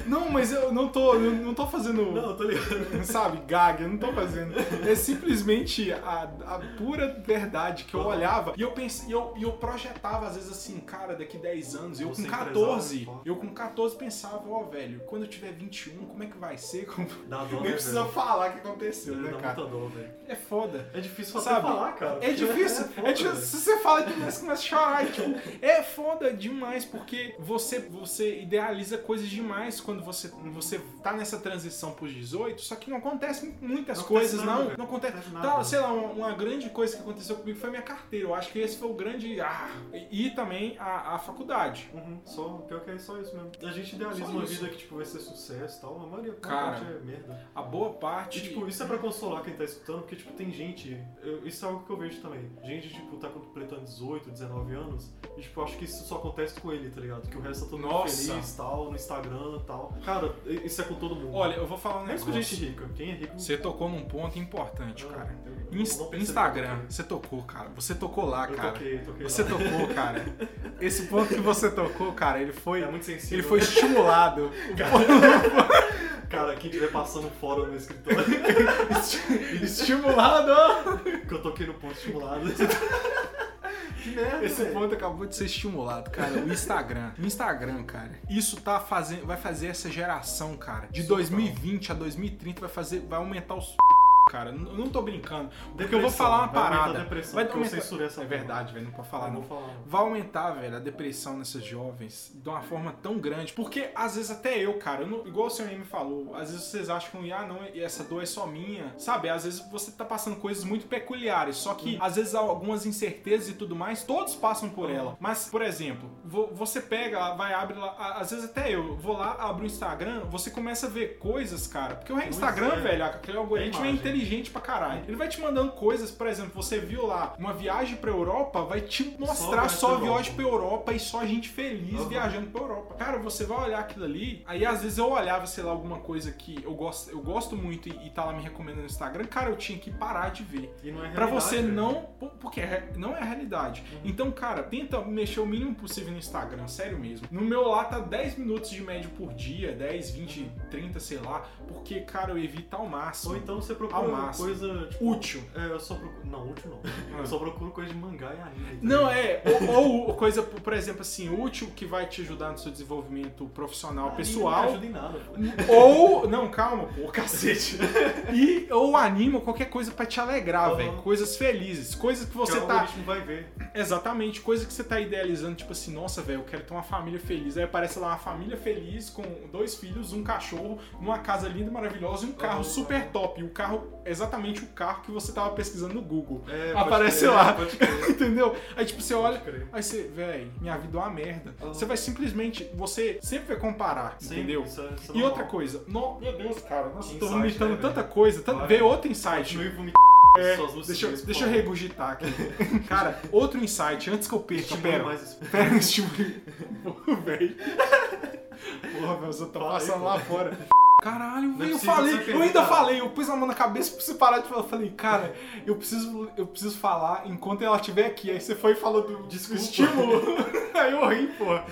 Não, mas eu não tô, eu não tô fazendo, Não, eu tô ligado. sabe, gag, eu não tô fazendo. É simplesmente a, a pura verdade que eu Aham. olhava e eu pensei, e eu, e eu projetava às vezes assim, cara, daqui 10 anos, eu Você né, com empresário, 14, foda. eu com 14 pensava, ó, velho, quando eu tiver 21, como é que vai ser? Como- Dá dó, Nem né, precisa velho? falar o que aconteceu, né, Dá cara? muita dor, velho. É foda. É difícil até Sabe? falar, cara. É difícil. foda, é difícil. velho. Se você fala demais, você começa a chorar. e, Tipo, é foda demais, porque você, você idealiza coisas demais quando você, você tá nessa transição pros 18, só que não acontecem muitas Não acontece coisas, nada, não. Não velho. Não acontece. acontece nada. Tá, sei lá, uma, uma grande coisa que aconteceu comigo foi minha carteira. Eu acho que esse foi o grande. Ah, e, e também a, a faculdade. Uhum, só, pior que é só isso mesmo. A gente idealiza Só uma isso. vida que tipo, vai ser sucesso e tal, a maioria Cara. parte é merda. A boa E parte. tipo, isso é pra consolar quem tá escutando, porque tipo, tem gente, eu- isso é algo que eu vejo também. Gente, tipo, tá completando 18, 19 anos, e tipo, acho que isso só acontece com ele, tá ligado? Que o resto tá todo mundo Nossa. feliz tal, no Instagram tal. Cara, isso é com todo mundo. Olha, eu vou falar um menos com gente negócio. rica. Quem é rico. Você tocou num ponto importante, Ah, cara. eu- eu não Inst- percebi Instagram, que você tocou, cara. Você tocou lá, Eu cara. toquei, eu toquei. Você tá- lá. tocou, cara. Esse ponto que você tocou, cara, ele foi. É muito sensível. Ele foi estimulado. Cara, quem tiver passando fora no meu escritório, estimulado! que eu toquei no ponto estimulado. que merda, Esse velho. ponto acabou de ser estimulado, cara. O Instagram. O Instagram, cara. Isso tá fazendo. Vai fazer essa geração, cara. De Isso, 2020 a 2030 vai fazer. Vai aumentar os. Cara, eu não tô brincando. Porque eu vou Depressão, falar uma vai aumentar a parada. depressão, Vai porque eu aumentar- censurei essa É porra. verdade, velho. Não pode falar, Eu não. vou falar. não. vai aumentar, velho, a depressão nessas jovens de uma forma tão grande. Porque às vezes até eu, cara, eu não- igual o seu me falou, às vezes vocês acham que ah, não, essa dor é só minha. Sabe, às vezes você tá passando coisas muito peculiares, só que às vezes há algumas incertezas e tudo mais, todos passam por Uhum. ela. Mas, por exemplo, vo- você pega, vai, abre lá, a- às vezes até eu vou lá, abro o Instagram, você começa a ver coisas, cara. Porque o Pois Instagram, é. velho, aquele algoritmo é imagem. inteligente inteligente pra caralho. Ele vai te mandando coisas, por exemplo, você viu lá uma viagem pra Europa, vai te mostrar viagem só, pra viagem pra Europa e só gente feliz Aham. viajando pra Europa. Cara, você vai olhar aquilo ali, aí às vezes eu olhava, sei lá, alguma coisa que eu gosto, eu gosto muito e, e tá lá me recomendando no Instagram, cara, eu tinha que parar de ver. E não é Pra realidade, você velho. não. Porque é- não é a realidade. Uhum. Então, cara, tenta mexer o mínimo possível no Instagram, sério mesmo. No meu lá tá 10 minutos de médio por dia, 10, 20, 30, sei lá. Porque, cara, eu evito ao máximo. Ou então você procura ao máximo. coisa tipo, Útil. É, eu só procuro. Não, útil não. Ah. Eu só procuro coisa de mangá e anime. tá Não, ligado? é. Ou, ou coisa, por exemplo, assim, útil que vai te ajudar no seu desenvolvimento profissional, Anime Não me pessoal. ajuda em nada. pô. Ou. Não, calma, pô, cacete. E, ou anima qualquer coisa pra te alegrar, Aham. velho. Coisas felizes. Coisas que você que o tá. algoritmo vai ver. Exatamente, coisa que você tá idealizando, tipo assim, nossa, velho, eu quero ter uma família feliz. Aí aparece lá uma família feliz com dois filhos, um cachorro, numa casa linda, maravilhosa e um carro Aham. super top. E o carro, exatamente o carro que você tava pesquisando no Google. É, pode Aparece crer, lá. Pode crer, Entendeu? Aí, tipo, você olha, pode crer. Aí você, véi, minha vida é uma merda. Ah. Você vai simplesmente. Você sempre vai comparar, Sim, entendeu? isso é- isso é E outra normal. coisa, no, meu Deus, cara, nossa, eu tô Insight, vomitando né, tanta coisa, tanta, Vai. veio outro insight. Continue vomitando suas lucidez, é, Deixa, eu- por deixa eu favor. regurgitar aqui. Cara, outro insight, antes que eu perca, Estimule pera. mais esse- Pera, estimule. Porra, velho. Porra, meu, você tá Fala aí, passando pô. lá fora. Caralho, é velho, eu possível falei, que você eu ainda acredita. falei, eu pus a mão na cabeça pra você parar de falar. Eu falei, cara, eu preciso, eu preciso falar enquanto ela estiver aqui. Aí você foi e falou do, do Desculpa. estímulo. Aí eu ri, porra.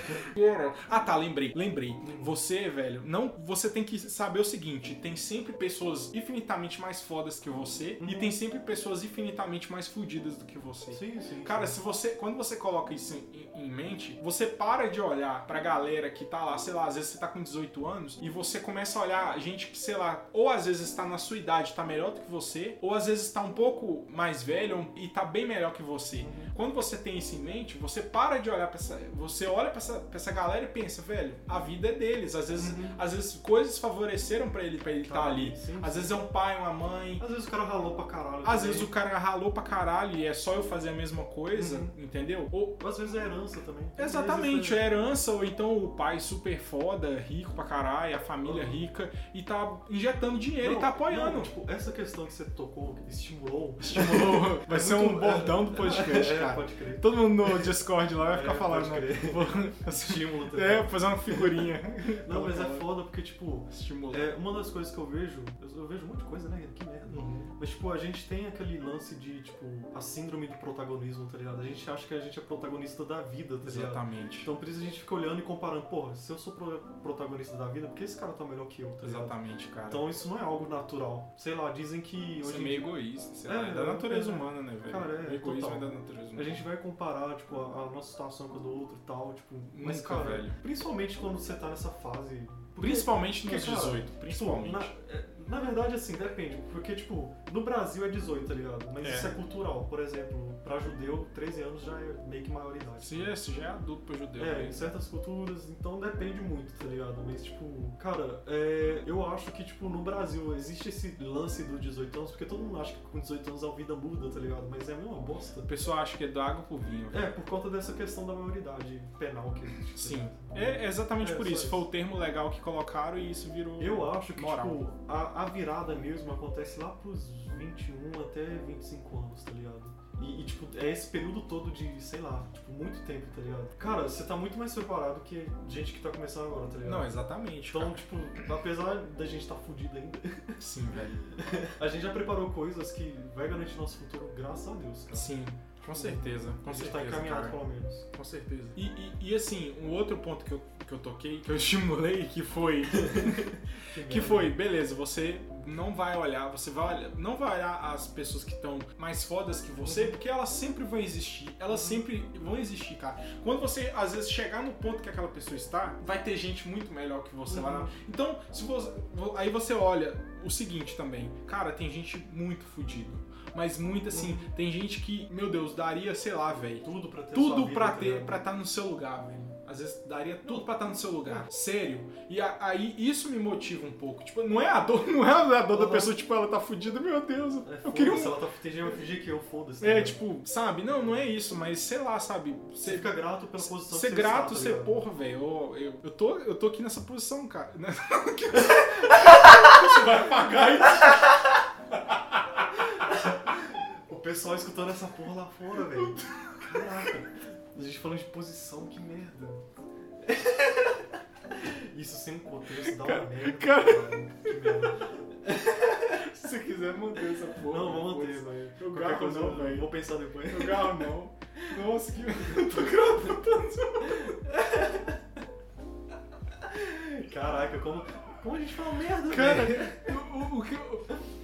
Ah tá, lembrei, lembrei. Você, velho, não. Você tem que saber o seguinte: tem sempre pessoas infinitamente mais fodas que você e Uhum. tem sempre pessoas infinitamente mais fodidas do que você. Sim, sim. Cara, se você, quando você coloca isso em, em mente, você para de olhar pra galera que tá lá, sei lá, às vezes você tá com 18 anos e você começa a olhar gente que, sei lá, ou às vezes tá na sua idade, tá melhor do que você, ou às vezes tá um pouco mais velho e tá bem melhor que você. Quando você tem isso em mente, você para de olhar pra essa. Você olha pra essa, pra essa galera e pensa, velho, a vida é deles. Às vezes, Uhum. às vezes coisas favoreceram pra ele, pra ele estar Tá, ali. sim, Às vezes é um pai, uma mãe, Às vezes o cara ralou pra caralho. às também. vezes o cara ralou pra caralho e é só eu fazer a mesma coisa, Uhum. entendeu? Ou, Às vezes é herança também. exatamente, é. é herança, ou então o pai super foda, rico pra caralho, a família Uhum. rica, e tá injetando dinheiro Não, e tá apoiando. não, tipo, essa questão que você tocou, estimulou. Estimulou. Vai é ser muito- um bordão do podcast, é, cara. pode crer. Todo mundo no Discord lá vai ficar É, falando, pode né? crer. Vou- Estímulo também. É, vou fazer uma figurinha. Não, mas é foda porque, tipo, Estimulou. é, uma das coisas que eu vejo, eu, eu vejo um monte de coisa, né? Que merda. Hum. Mas, tipo, a gente tem aquele lance de, tipo, a síndrome do protagonismo, tá ligado? A gente acha que a gente é protagonista da vida, tá ligado? Exatamente. Então por isso a gente fica olhando e comparando, porra, se eu sou pro- protagonista da vida, por que esse cara tá melhor que eu, tá ligado? Exatamente, cara. Então isso não é algo natural. Sei lá, dizem que Isso hoje é em meio dia egoísta, sei É, lá. É da é, natureza é. humana, né, velho? Cara, é, o egoísmo total. é da natureza humana. a gente vai comparar, tipo, a, a nossa situação com a do outro e tal, tipo, mas Nunca, cara, velho. principalmente quando você tá nessa fase. porque- Principalmente nos porque, cara, 18. Principalmente. Na, é, na verdade, assim, depende. Porque, tipo, no Brasil é 18, tá ligado? Mas É. isso é cultural. Por exemplo, pra judeu, 13 anos já é meio que maioridade. Se esse já é adulto pra judeu, É, né? em certas culturas, então depende muito, tá ligado? Mas, tipo, cara, é, eu acho que, tipo, no Brasil existe esse lance do 18 anos, porque todo mundo acha que com 18 anos a vida muda, tá ligado? Mas é a mesma bosta. O pessoal acha que é da água pro vinho. velho. É, por conta dessa questão da maioridade penal que existe. tá Sim. ligado? É exatamente É, por só isso. isso. Foi o termo legal que colocaram e isso virou. Eu acho que, Moral. tipo, a, a virada mesmo acontece lá pros 21 até 25 anos, tá ligado? E, e, tipo, é esse período todo de, sei lá, tipo, muito tempo, tá ligado? Cara, você tá muito mais preparado que gente que tá começando agora, tá ligado? Não, exatamente. Então, tipo, apesar da gente estar tá fudido ainda, cara. Sim, velho. a gente já preparou coisas que vai garantir nosso futuro, graças a Deus, cara. Sim. Com certeza. Com Então, tipo, a gente tá certeza. encaminhado, cara. pelo menos. Com certeza. E, e- e, assim, um outro ponto que eu, que eu toquei, que eu estimulei, que foi. Que merda. foi, beleza, você não vai olhar, você vai olhar, não vai olhar as pessoas que estão mais fodas que você, porque elas sempre vão existir, elas Uhum. sempre vão existir, cara. Quando você, às vezes, chegar no ponto que aquela pessoa está, vai ter gente muito melhor que você lá. na- Uhum. Então, se você, vo- aí você olha o seguinte também, cara, tem gente muito fodida, mas muito assim, Uhum. tem gente que, meu Deus, daria, sei lá, velho, Tudo pra ter sua tudo vida, pra tá ter, ligado? para estar no seu lugar, velho. Às vezes daria tudo pra estar no seu lugar, sério. E a- aí isso me motiva um pouco. Tipo, não é a dor, não é a dor da Uhum. pessoa, tipo, ela tá fudida, meu Deus. É, eu queria foda-se, um Ela tá fingindo, fingir que eu, foda-se. tá é, ligado? tipo, sabe? Não, não é isso, mas sei lá, sabe? Você Você fica grato pela ser posição que você grato, está, tá ser ligado? porra, velho. Eu, eu, eu tô, eu tô aqui nessa posição, cara. né? Você vai pagar isso. O pessoal escutando essa porra lá fora, velho. Caraca. A gente falando de posição, que merda. Isso sem contexto dá uma merda. cara. cara. Que merda. Se você quiser manter essa porra. né? Não, vou depois. manter, velho. Eu Qualquer gravo coisa não, eu velho. vou pensar depois. Eu gravo não. Nossa, que. Eu tô gravando tanto. Caraca, como, como a gente fala merda, Cara, velho. o, o- o que eu...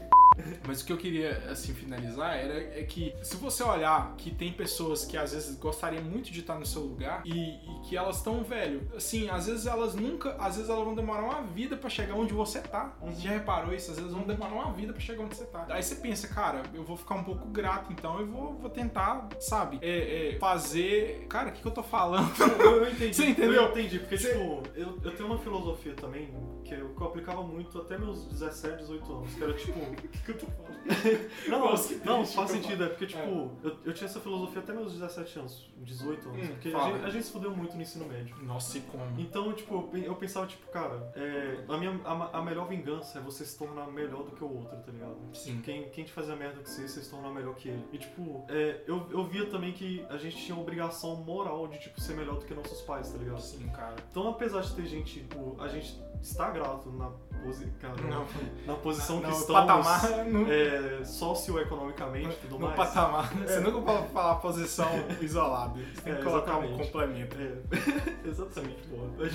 Mas o que eu queria, assim, finalizar era é que se você olhar que tem pessoas que às vezes gostariam muito de estar no seu lugar e, e que elas estão, velho, assim, às vezes elas nunca, às vezes elas vão demorar uma vida pra chegar onde você tá. Você já reparou isso? Às vezes vão demorar uma vida pra chegar onde você tá. Aí você pensa, cara, eu vou ficar um pouco grato, então eu vou, vou tentar, sabe, é, é, fazer. Cara, o que, que eu tô falando? Eu, eu entendi. Você entendeu? Eu entendi, porque, Você- tipo, eu, eu tenho uma filosofia também que eu, que eu aplicava muito até meus 17, 18 anos, que era, tipo... O que, que eu tô falando? Não, Nossa, que não triste, faz eu sentido, é porque, tipo, É. eu, eu tinha essa filosofia até meus 17 anos, 18 anos, Hum, porque a fala. gente, a gente se fudeu muito no ensino médio. Nossa, e como? Então, tipo, eu pe- eu pensava, tipo, cara, é, a, minha, a, ma- a melhor vingança é você se tornar melhor do que o outro, tá ligado? Sim. Quem, quem te fazia merda que você, você se tornar melhor que ele. E, tipo, é, eu, eu via também que a gente tinha obrigação moral de, tipo, ser melhor do que nossos pais, tá ligado? Sim, assim, cara. Então, apesar de ter gente, tipo, a gente está grato na, posi cara, Não, na posição não, que o estamos patamar não, é, socioeconomicamente e tudo no É. mais. patamar. Você nunca pode falar posição isolada. Você tem que É, colocar um exatamente. complemento. É, exatamente, pô. Mas,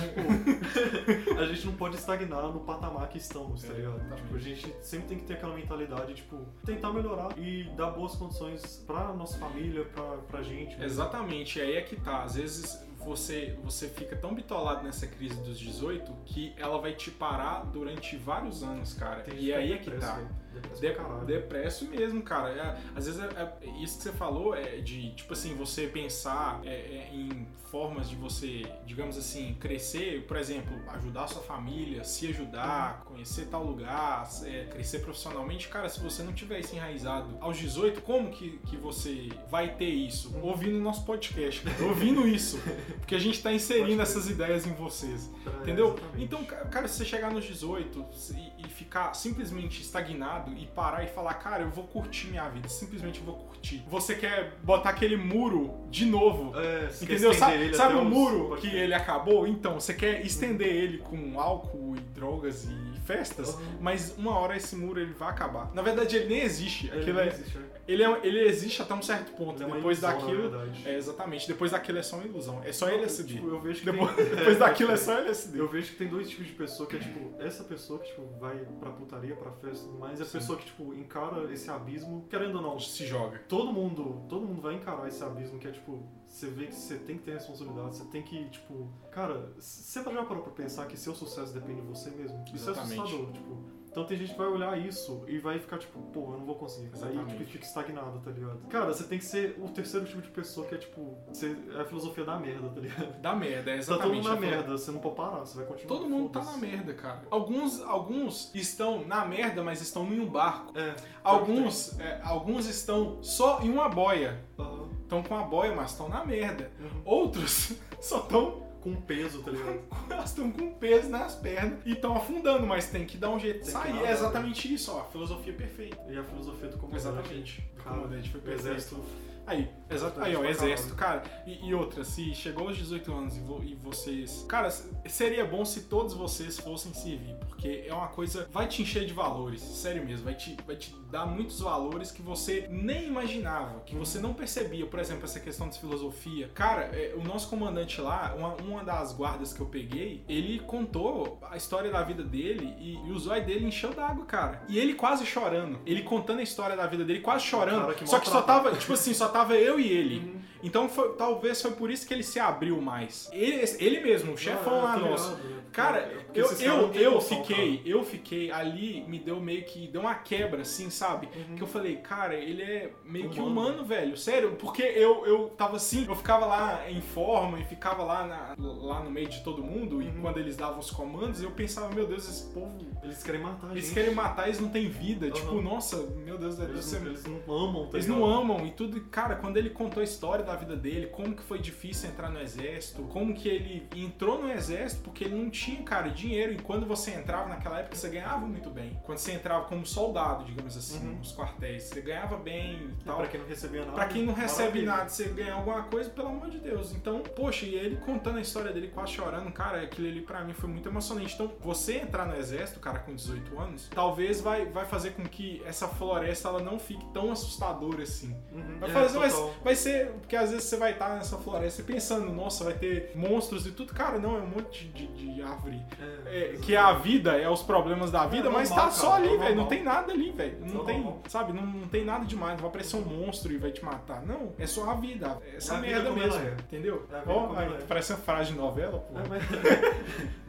tipo, a gente não pode estagnar no patamar que estamos, tá É, ligado? exatamente. Tipo, a gente sempre tem que ter aquela mentalidade, tipo, tentar melhorar e dar boas condições pra nossa família, pra, pra gente. mesmo. Exatamente, aí é que tá. Às vezes você, você fica tão bitolado nessa crise dos 18 que ela vai te parar durante vários anos, cara. Tem gente e aí é que depresso, tá. velho. Depresso De- né? pra caralho. depresso mesmo, cara. É, às vezes é- é- isso que você falou é de, tipo assim, você pensar é, é, em formas de você, digamos assim, crescer, por exemplo, ajudar a sua família, se ajudar, conhecer tal lugar, é, crescer profissionalmente. Cara, se você não tiver isso enraizado aos 18, como que, que você vai ter isso? Uhum. Ouvindo o nosso podcast, cara, ouvindo isso. Porque a gente tá inserindo essas ideias em vocês. É, Entendeu? exatamente. Então, ca- cara, se você chegar nos 18 e, e ficar simplesmente estagnado e parar e falar, cara, eu vou curtir minha vida, simplesmente eu vou curtir. Você quer botar aquele muro de novo. É, se quer Entendeu? Sabe, estender ele sabe até o uns- muro pode que crer. ele acabou? Então, você quer estender ele com álcool e drogas e festas, Uhum. mas uma hora esse muro ele vai acabar. Na verdade, ele nem existe. Aquilo é- existe, né? ele, é, ele existe até um certo ponto. Ele é uma Depois ilusão, na daquilo. verdade. É, exatamente. Depois daquilo é só uma ilusão. É só ele Tipo, LSD. eu vejo que Depois, tem- tipo, depois daquilo é pode crer. só LSD. Eu vejo que tem dois tipos de pessoa, que é tipo, essa pessoa que tipo, vai pra putaria, pra festa e tudo mais, e a Sim. pessoa que tipo, encara esse abismo, querendo ou não, Se joga. todo mundo, todo mundo vai encarar esse abismo que é tipo, você vê que você tem que ter responsabilidade, você tem que, tipo, cara, você já parou pra pensar que seu sucesso depende de você mesmo? Isso Exatamente. é assustador, tipo. Então tem gente que vai olhar isso e vai ficar tipo, pô, eu não vou conseguir. Aí Exatamente. tipo, fica estagnado, tá ligado? Cara, você tem que ser o terceiro tipo de pessoa que é tipo, você, é a filosofia da merda, tá ligado? Da merda, é Tá todo exatamente. mundo na Eu falo, merda, você não pode parar, você vai continuar. Todo mundo tá na foda-se. merda, cara. Alguns, alguns estão na merda, mas estão em um barco. É. Alguns, é, alguns estão só em uma boia. Aham. Estão com a boia, mas estão na merda. Outros só estão Com peso, tá ligado? estão com peso nas pernas e estão afundando, mas tem que dar um jeito de Tem que sair. nadar. É exatamente isso, ó. A filosofia é perfeita. E a filosofia do comandante. Exatamente. O Cara, comandante foi O perfeito. exército. Aí, exato. Aí, ó, Pra exército, cara. E, e outra, se chegou aos 18 anos e, vo- e vocês. Cara, s- seria bom se todos vocês fossem servir, porque é uma coisa. Vai te encher de valores, sério mesmo. Vai te, vai te dar muitos valores que você nem imaginava, que você não percebia. Por exemplo, essa questão de filosofia. Cara, é, o nosso comandante lá, uma, uma das guardas que eu peguei, ele contou a história da vida dele e, e o zóio dele encheu d'água, cara. E ele quase chorando. Ele contando a história da vida dele, quase chorando. Cara, que só que só maltratado. tava, tipo assim, só tava eu e ele. Uhum. Então foi- talvez foi por isso que ele se abriu mais. Ele, ele mesmo, o chefão lá Não, é, tô nosso. ligado, né? Cara, É, porque eu, esses caras não eu, têm eu noção, fiquei, eu fiquei ali, me deu meio que, deu uma quebra, assim, sabe? cara. Uhum. Que eu falei, cara, ele é meio que Humano. humano, velho. Sério, porque eu, eu tava assim, eu ficava lá em forma e ficava lá, na- lá no meio de todo mundo. Uhum. E quando eles davam os comandos, eu pensava, meu Deus, esse povo. Eles querem matar a Eles gente. querem matar, eles não têm vida. Aham. Tipo, nossa, meu Deus, é deve Eles ser não, eles não amam, tá eles ligado? não amam e tudo. e, Cara, quando ele contou a história da vida dele, como que foi difícil entrar no exército, como que ele entrou no exército porque ele não tinha, cara, dinheiro. E quando você entrava naquela época, você ganhava muito bem. Quando você entrava como soldado, digamos assim, Uhum. nos quartéis, você ganhava bem e Tá, tal. pra quem não recebia nada. Pra quem não recebe maravilha. nada, você ganha alguma coisa, pelo amor de Deus. Então, poxa, e ele contando a história dele quase chorando, cara, aquilo ali pra mim foi muito emocionante. Então, você entrar no exército, cara, com 18 anos, talvez vai, vai fazer com que essa floresta ela não fique tão assustadora assim. Uhum. Vai, É, fazer, vai, total. vai ser. Porque às vezes você vai estar nessa floresta pensando, nossa, vai ter monstros e tudo. Cara, não, é um monte de, de árvore. É, É, que a vida é os problemas da vida, É mas normal, tá só cara, é ali, velho. Não normal. tem nada ali, velho. Não É tem, normal. sabe? Não, não tem nada demais. Não vai aparecer um monstro e vai te matar. Não, é só a vida. É Essa É a vida merda como mesmo, ela é. entendeu? É a vida Ó, como aí, ela é. parece uma frase de novela, pô. É, É, mas...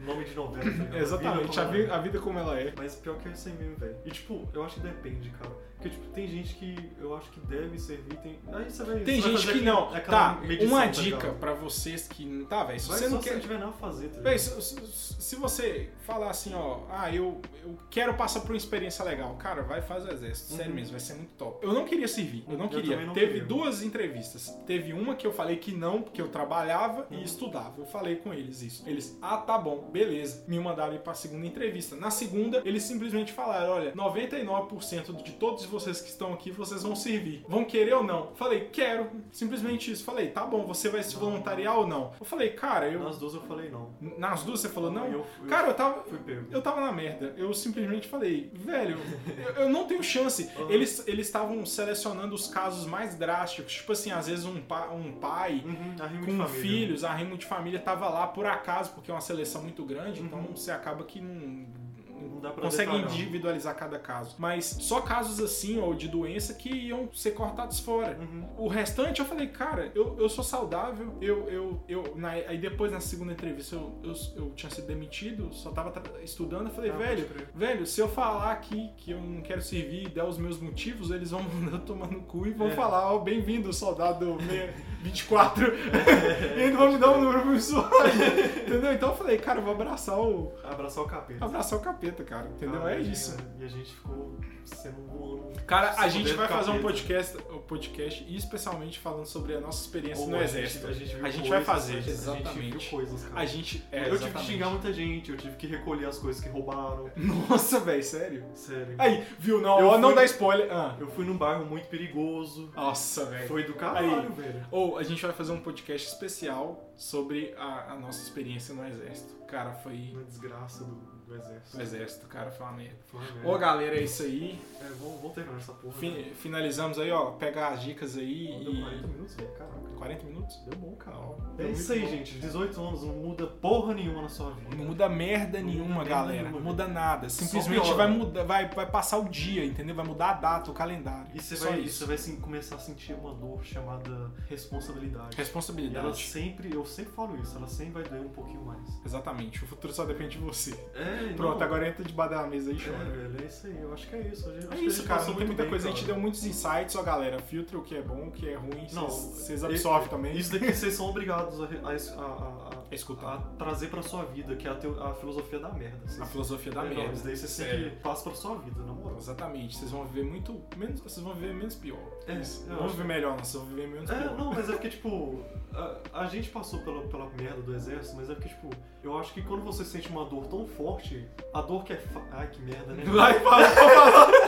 Nome de novela. tá ligado? Exatamente, Vida a, como vi- ela a vida como ela é. é. Mas pior que eu sei mesmo, velho. E tipo, eu acho que depende, cara. Porque, tipo, tem gente que eu acho que deve servir, tem. Aí você vai. Tem você vai gente fazer que não. aquela- Tá, aquela medição, uma tá dica ligado? pra vocês que. Tá, velho, se Vai você só não se quer. tiver nada a fazer, tá Véi, ligado? se, se- se você falar assim, ó, ah, eu, eu quero passar por uma experiência legal, cara, vai fazer o exército, sério Uhum. mesmo, vai ser muito top. Eu não queria servir, eu não Eu queria. também não Teve queria. duas entrevistas. Teve uma que eu falei que não, porque eu trabalhava e Uhum. estudava. Eu falei com eles isso. Eles, ah, tá bom, beleza. Me mandaram ir pra segunda entrevista. Na segunda, eles simplesmente falaram, olha, 99% de todos vocês que estão aqui, vocês vão servir. Vão querer ou não? Falei, quero. Simplesmente isso. Falei, tá bom, você vai se Não. voluntariar ou não? Eu falei, cara, eu... Nas duas eu falei não. Nas duas você falou não? Aí Ah, eu fui- Cara, eu tava. fui pego. Eu tava na merda. Eu simplesmente falei, velho, eu, eu não tenho chance. Uhum. Eles eles estavam selecionando os casos mais drásticos. Tipo assim, às vezes um, pa- um pai Uhum, arrimo de com família. filhos, a rimo de família tava lá por acaso, porque é uma seleção muito grande, então Uhum. você acaba que não. Não dá pra Consegue detalhar. né? individualizar cada caso. Mas só casos assim, ou de doença, que iam ser cortados fora. Uhum. O restante eu falei, cara, eu, eu sou saudável, eu, eu, eu na- aí depois na segunda entrevista eu, eu, eu tinha sido demitido, só tava tra- estudando, eu falei, Ah, velho, pode crer. velho, se eu falar aqui que eu não quero servir e der os meus motivos, eles vão mandar eu tomar no cu e vão É. falar, ó, bem-vindo, soldado meia- 24, é, e ainda vão me dar um número pro usuário, entendeu? Então eu falei, cara, eu vou abraçar o, Abraçar o capeta. abraçar o capeta, cara, Ah, entendeu? Cara, é e- isso. E a gente ficou sendo um ano. Cara, a Esconder gente do vai fazer um capeta. podcast, um podcast especialmente falando sobre a nossa experiência Ou no a exército. gente- a gente viu A gente coisas, vai fazer, a gente- A gente exatamente. viu coisas, cara. A gente. É, eu tive que exatamente. xingar muita gente, eu tive que recolher as coisas que roubaram. Nossa, velho, sério? Sério. Aí, viu? Não, Eu ó, não fui- dá spoiler. Ah. Eu fui num bairro muito perigoso. Nossa, velho. Foi do caralho, Aí. velho. Ou a gente vai fazer um podcast especial sobre a, a nossa experiência no exército. Cara, foi. Uma desgraça do, do exército. O exército, cara, foi uma merda. Foi uma merda. é. Ô, galera, é isso aí. É, vamos, vamos terminar essa porra. né? Fin- finalizamos aí, ó. Pegar as dicas aí Deu e. 40 É minutos, velho. Caraca. 40 minutos? Deu bom, cara. Ó, É muito isso aí, bom. gente. 18 anos não muda porra nenhuma na sua vida. Não muda merda Não nenhuma, muda galera. nenhuma, não muda nada. Simplesmente piora. vai mudar, vai, vai passar o dia, entendeu? Vai mudar a data, o calendário. E você Só vai, e isso. você vai sim, começar a sentir uma dor chamada responsabilidade. E ela Responsabilidade. sempre, eu sempre falo isso, ela sempre vai doer um pouquinho mais. Exatamente. O futuro só depende de você. É, Pronto, não, agora entra debaixo da mesa e É, chora. velho, é isso aí. Eu acho que é isso. A gente- acho É, que a isso, gente cara. passou Não tem muito muita bem, coisa. A cara. gente deu muitos insights, ó, galera. Filtra o que é bom, o que é ruim. Não, Vocês vocês e- absorvem também. Isso daqui vocês são obrigados a, re- a es- a- a- É a- a escutar. trazer pra sua vida, que é a, teo- a filosofia da merda. A Vocês- filosofia da é, não, merda. Isso daí vocês têm Sério. que passar pra sua vida, na moral. Exatamente. Vocês vão viver muito menos. Vocês vão viver menos pior. É, Isso. eu Não vão acho viver melhor, não. Vocês vão viver menos É, pior. não, mas é porque, tipo, a, a gente passou pela, pela merda do exército, mas é porque, tipo, eu acho que quando você sente uma dor tão forte, a dor que é. Fa... Ai, que merda, né? Vai, fala, fala.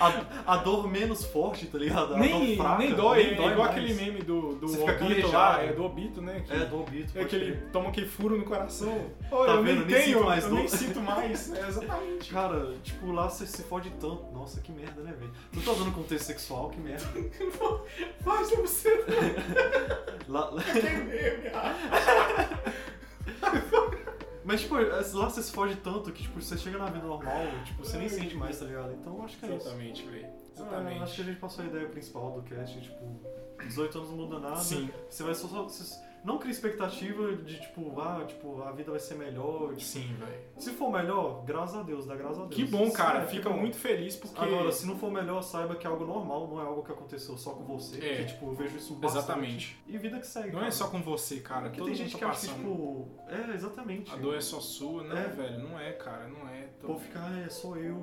A, a dor menos forte, tá ligado? A nem, dor fraca, nem dói, nem é igual mais. aquele meme do, do Você fica Obito lá, calejado. é do Obito, né? Que, É, do Obito. é pode aquele crer. Tá toma que furo no coração. Olha, eu vendo? nem Nem tenho, sinto mais eu dor. nem sinto mais. É, exatamente. Cara, tipo, lá você se fode tanto. Nossa, que merda, né, velho? Tu tá dando contexto sexual, que merda. Faz você Lá, lá- meme. Mas, tipo, lá você se fode tanto que, tipo, você chega na vida normal, tipo, você nem sente mais, tá ligado? Então, eu acho que é isso. Exatamente, velho. Ah, acho que a Exatamente. gente passou a ideia principal do cast, tipo, 18 anos não muda nada. Sim, Ah, Você vai só. só- você- não cria expectativa de, tipo, ah, tipo, a vida vai ser melhor. sim, velho. Se for melhor, graças a Deus, dá graças a Deus. Que bom, cara. É, que Fica bom. muito feliz porque. Agora, se não for melhor, saiba que é algo normal, não é algo que aconteceu só com você. É. Que, tipo, eu vejo isso bastante. Exatamente. E vida que segue. Não é cara. só com você, cara. Porque Todo tem mundo gente tá que acha que, passando. tipo. É, exatamente. A dor é só sua. Não, É. velho. Não é, cara. Não é. O Todo- povo fica, ah, é só eu.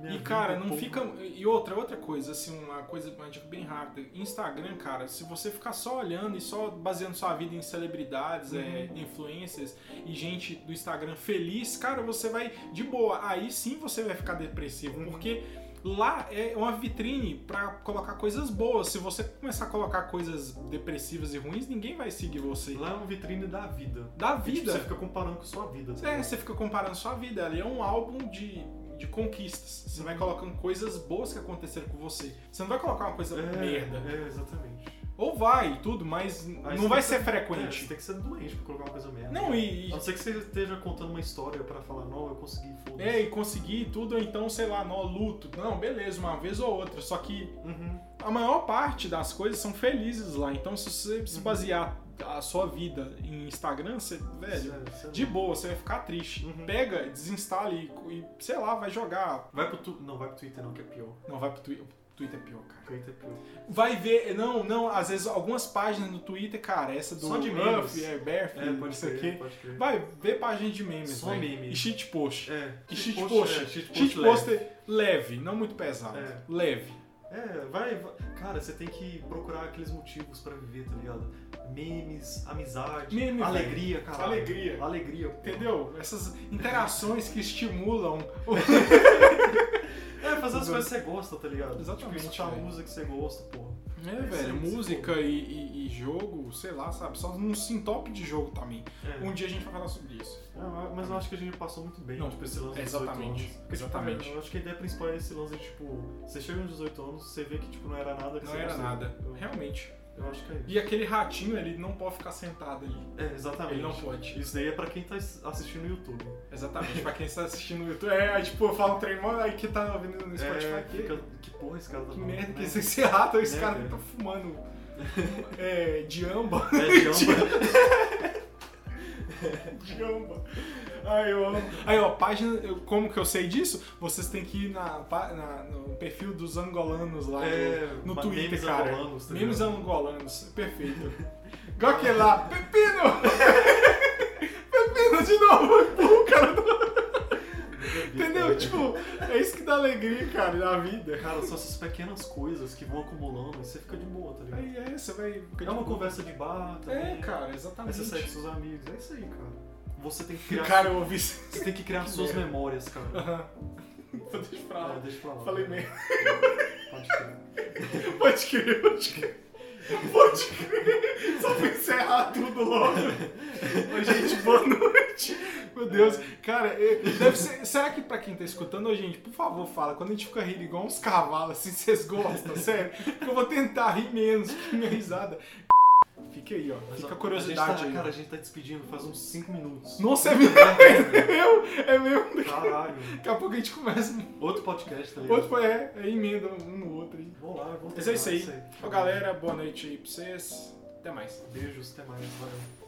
minha E cara, vida, é não povo." fica. E outra, outra coisa, assim, uma coisa, uma dica bem rápida. Instagram, cara, se você ficar só olhando e só baseando sua vida em celebridades, é, Uhum. influencers e gente do Instagram feliz, cara, você vai de boa. Aí sim você vai ficar depressivo, Uhum. porque lá é uma vitrine pra colocar coisas boas. Se você começar a colocar coisas depressivas e ruins, ninguém vai seguir você. Lá é uma vitrine da vida. Da E, tipo, assim. vida. você fica comparando com sua vida. tá É, ligado? você fica comparando sua vida. Ali é um álbum de, de conquistas. Você vai colocando coisas boas que aconteceram com você. Você não vai colocar uma coisa é merda. É, exatamente. Ou vai e tudo, mas Aí não você É. vai ser tem que- É, você frequente. tem que ser doente pra colocar uma coisa merda. Não, e, A e- não ser que você esteja contando uma história pra falar, não, eu consegui, foda-se. é, e conseguir tudo, ou então, sei lá, não, luto. Não, beleza, uma vez ou outra. Só que Uhum. a maior parte das coisas são felizes lá. Então, se você Uhum. se basear a sua vida em Instagram, você, velho, Sério, sério. é, tipo, de boa, você vai ficar triste. Uhum. Pega, desinstala e, e, sei lá, vai jogar. Vai pro tu... Não, vai pro Twitter não, que é pior. Não, vai pro Twitter. Twitter é pior, cara. Twitter é pior. Vai ver, não, não, às vezes algumas páginas no Twitter, cara, essa do Só de Ruff, memes. é Berf, É, não pode sei ser, o quê. pode crer. Vai ver página de memes, Só velho. meme. E shit post. É. E shit é, post. Shit leve. poster leve, não muito pesado. É. Leve. É, vai, vai. Cara, você tem que procurar aqueles motivos pra viver, tá ligado? Memes, amizade, Meme, velho. alegria, cara. Alegria. Alegria, pô. Entendeu? Essas interações que estimulam. É, fazer as coisas que você gosta, tá ligado? Exatamente, Tipo, escutar velho. música que você gosta, porra. É, Isso velho, aí, música e, e- e jogo, sei lá, sabe? Só num sintope de jogo também. É. Um dia a gente vai falar sobre isso. É, mas eu acho que a gente passou muito bem, Não, tipo, esse lance dos 18 exatamente, anos. Porque, tipo, exatamente. eu acho que a ideia principal é esse lance de, tipo, você chega nos 18 anos, você vê que, tipo, não era nada que Não você era gostava. nada. Eu, Realmente. eu acho que é isso. E aquele ratinho, ele não pode ficar sentado ali. É, exatamente. Ele não pode. Isso daí é pra quem tá assistindo no YouTube. Exatamente, pra quem está assistindo no YouTube. É, aí, tipo, eu falo um trem, mano, aí que tá ouvindo no Spotify. é, que- fica, que porra esse cara tá Que falando, merda que né? esse, esse rato, esse Né, cara velho? tá fumando é, diamba. É, chama- diamba. Ai, eu amo. Aí, ó, página. eu- como que eu sei disso? Vocês têm que ir na, pá- na- no perfil dos angolanos lá É, no, no mas Twitter, memes cara. angolanos, tá memes ligado? angolanos, perfeito. Igual aquele lá, Pepino! Pepino de novo! O cara Entendeu? Tipo, é isso que dá alegria, cara, na vida. Cara, são essas pequenas coisas que vão acumulando e você fica de boa, tá ligado? Aí é, você vai. É uma conversa de bar É, também. cara, Aí você sai com exatamente. seus amigos, é isso aí, cara. Você tem que criar, Cara, eu ouvi isso. você tem que criar Que suas merda. memórias, cara. Vou deixar pra É, lá. deixa pra lá. Falei meio. Pode crer. Pode crer, pode crer. É. Pode crer. Só pra encerrar tudo logo. Oi, gente, boa noite. Meu Deus. Cara, eh, deve ser- será que pra quem tá escutando, ô, gente, por favor, fala. Quando a gente fica rindo igual uns cavalos, assim, vocês gostam, sério? Porque eu vou tentar rir menos, porque minha risada. é Fica aí, ó. Mas, ó, Fica a curiosidade gente tá- aí. Cara, a gente tá despedindo faz uns 5 minutos. Nossa, é meu, Caralho. é meu. Caralho. Daqui a pouco a gente começa. Outro podcast, tá ligado? Outro é, é emenda um no outro aí. Vou lá, eu vou Mas é tentar, isso aí. isso aí. Ó, galera, boa noite aí pra vocês. Até mais. Beijos, até mais, valeu.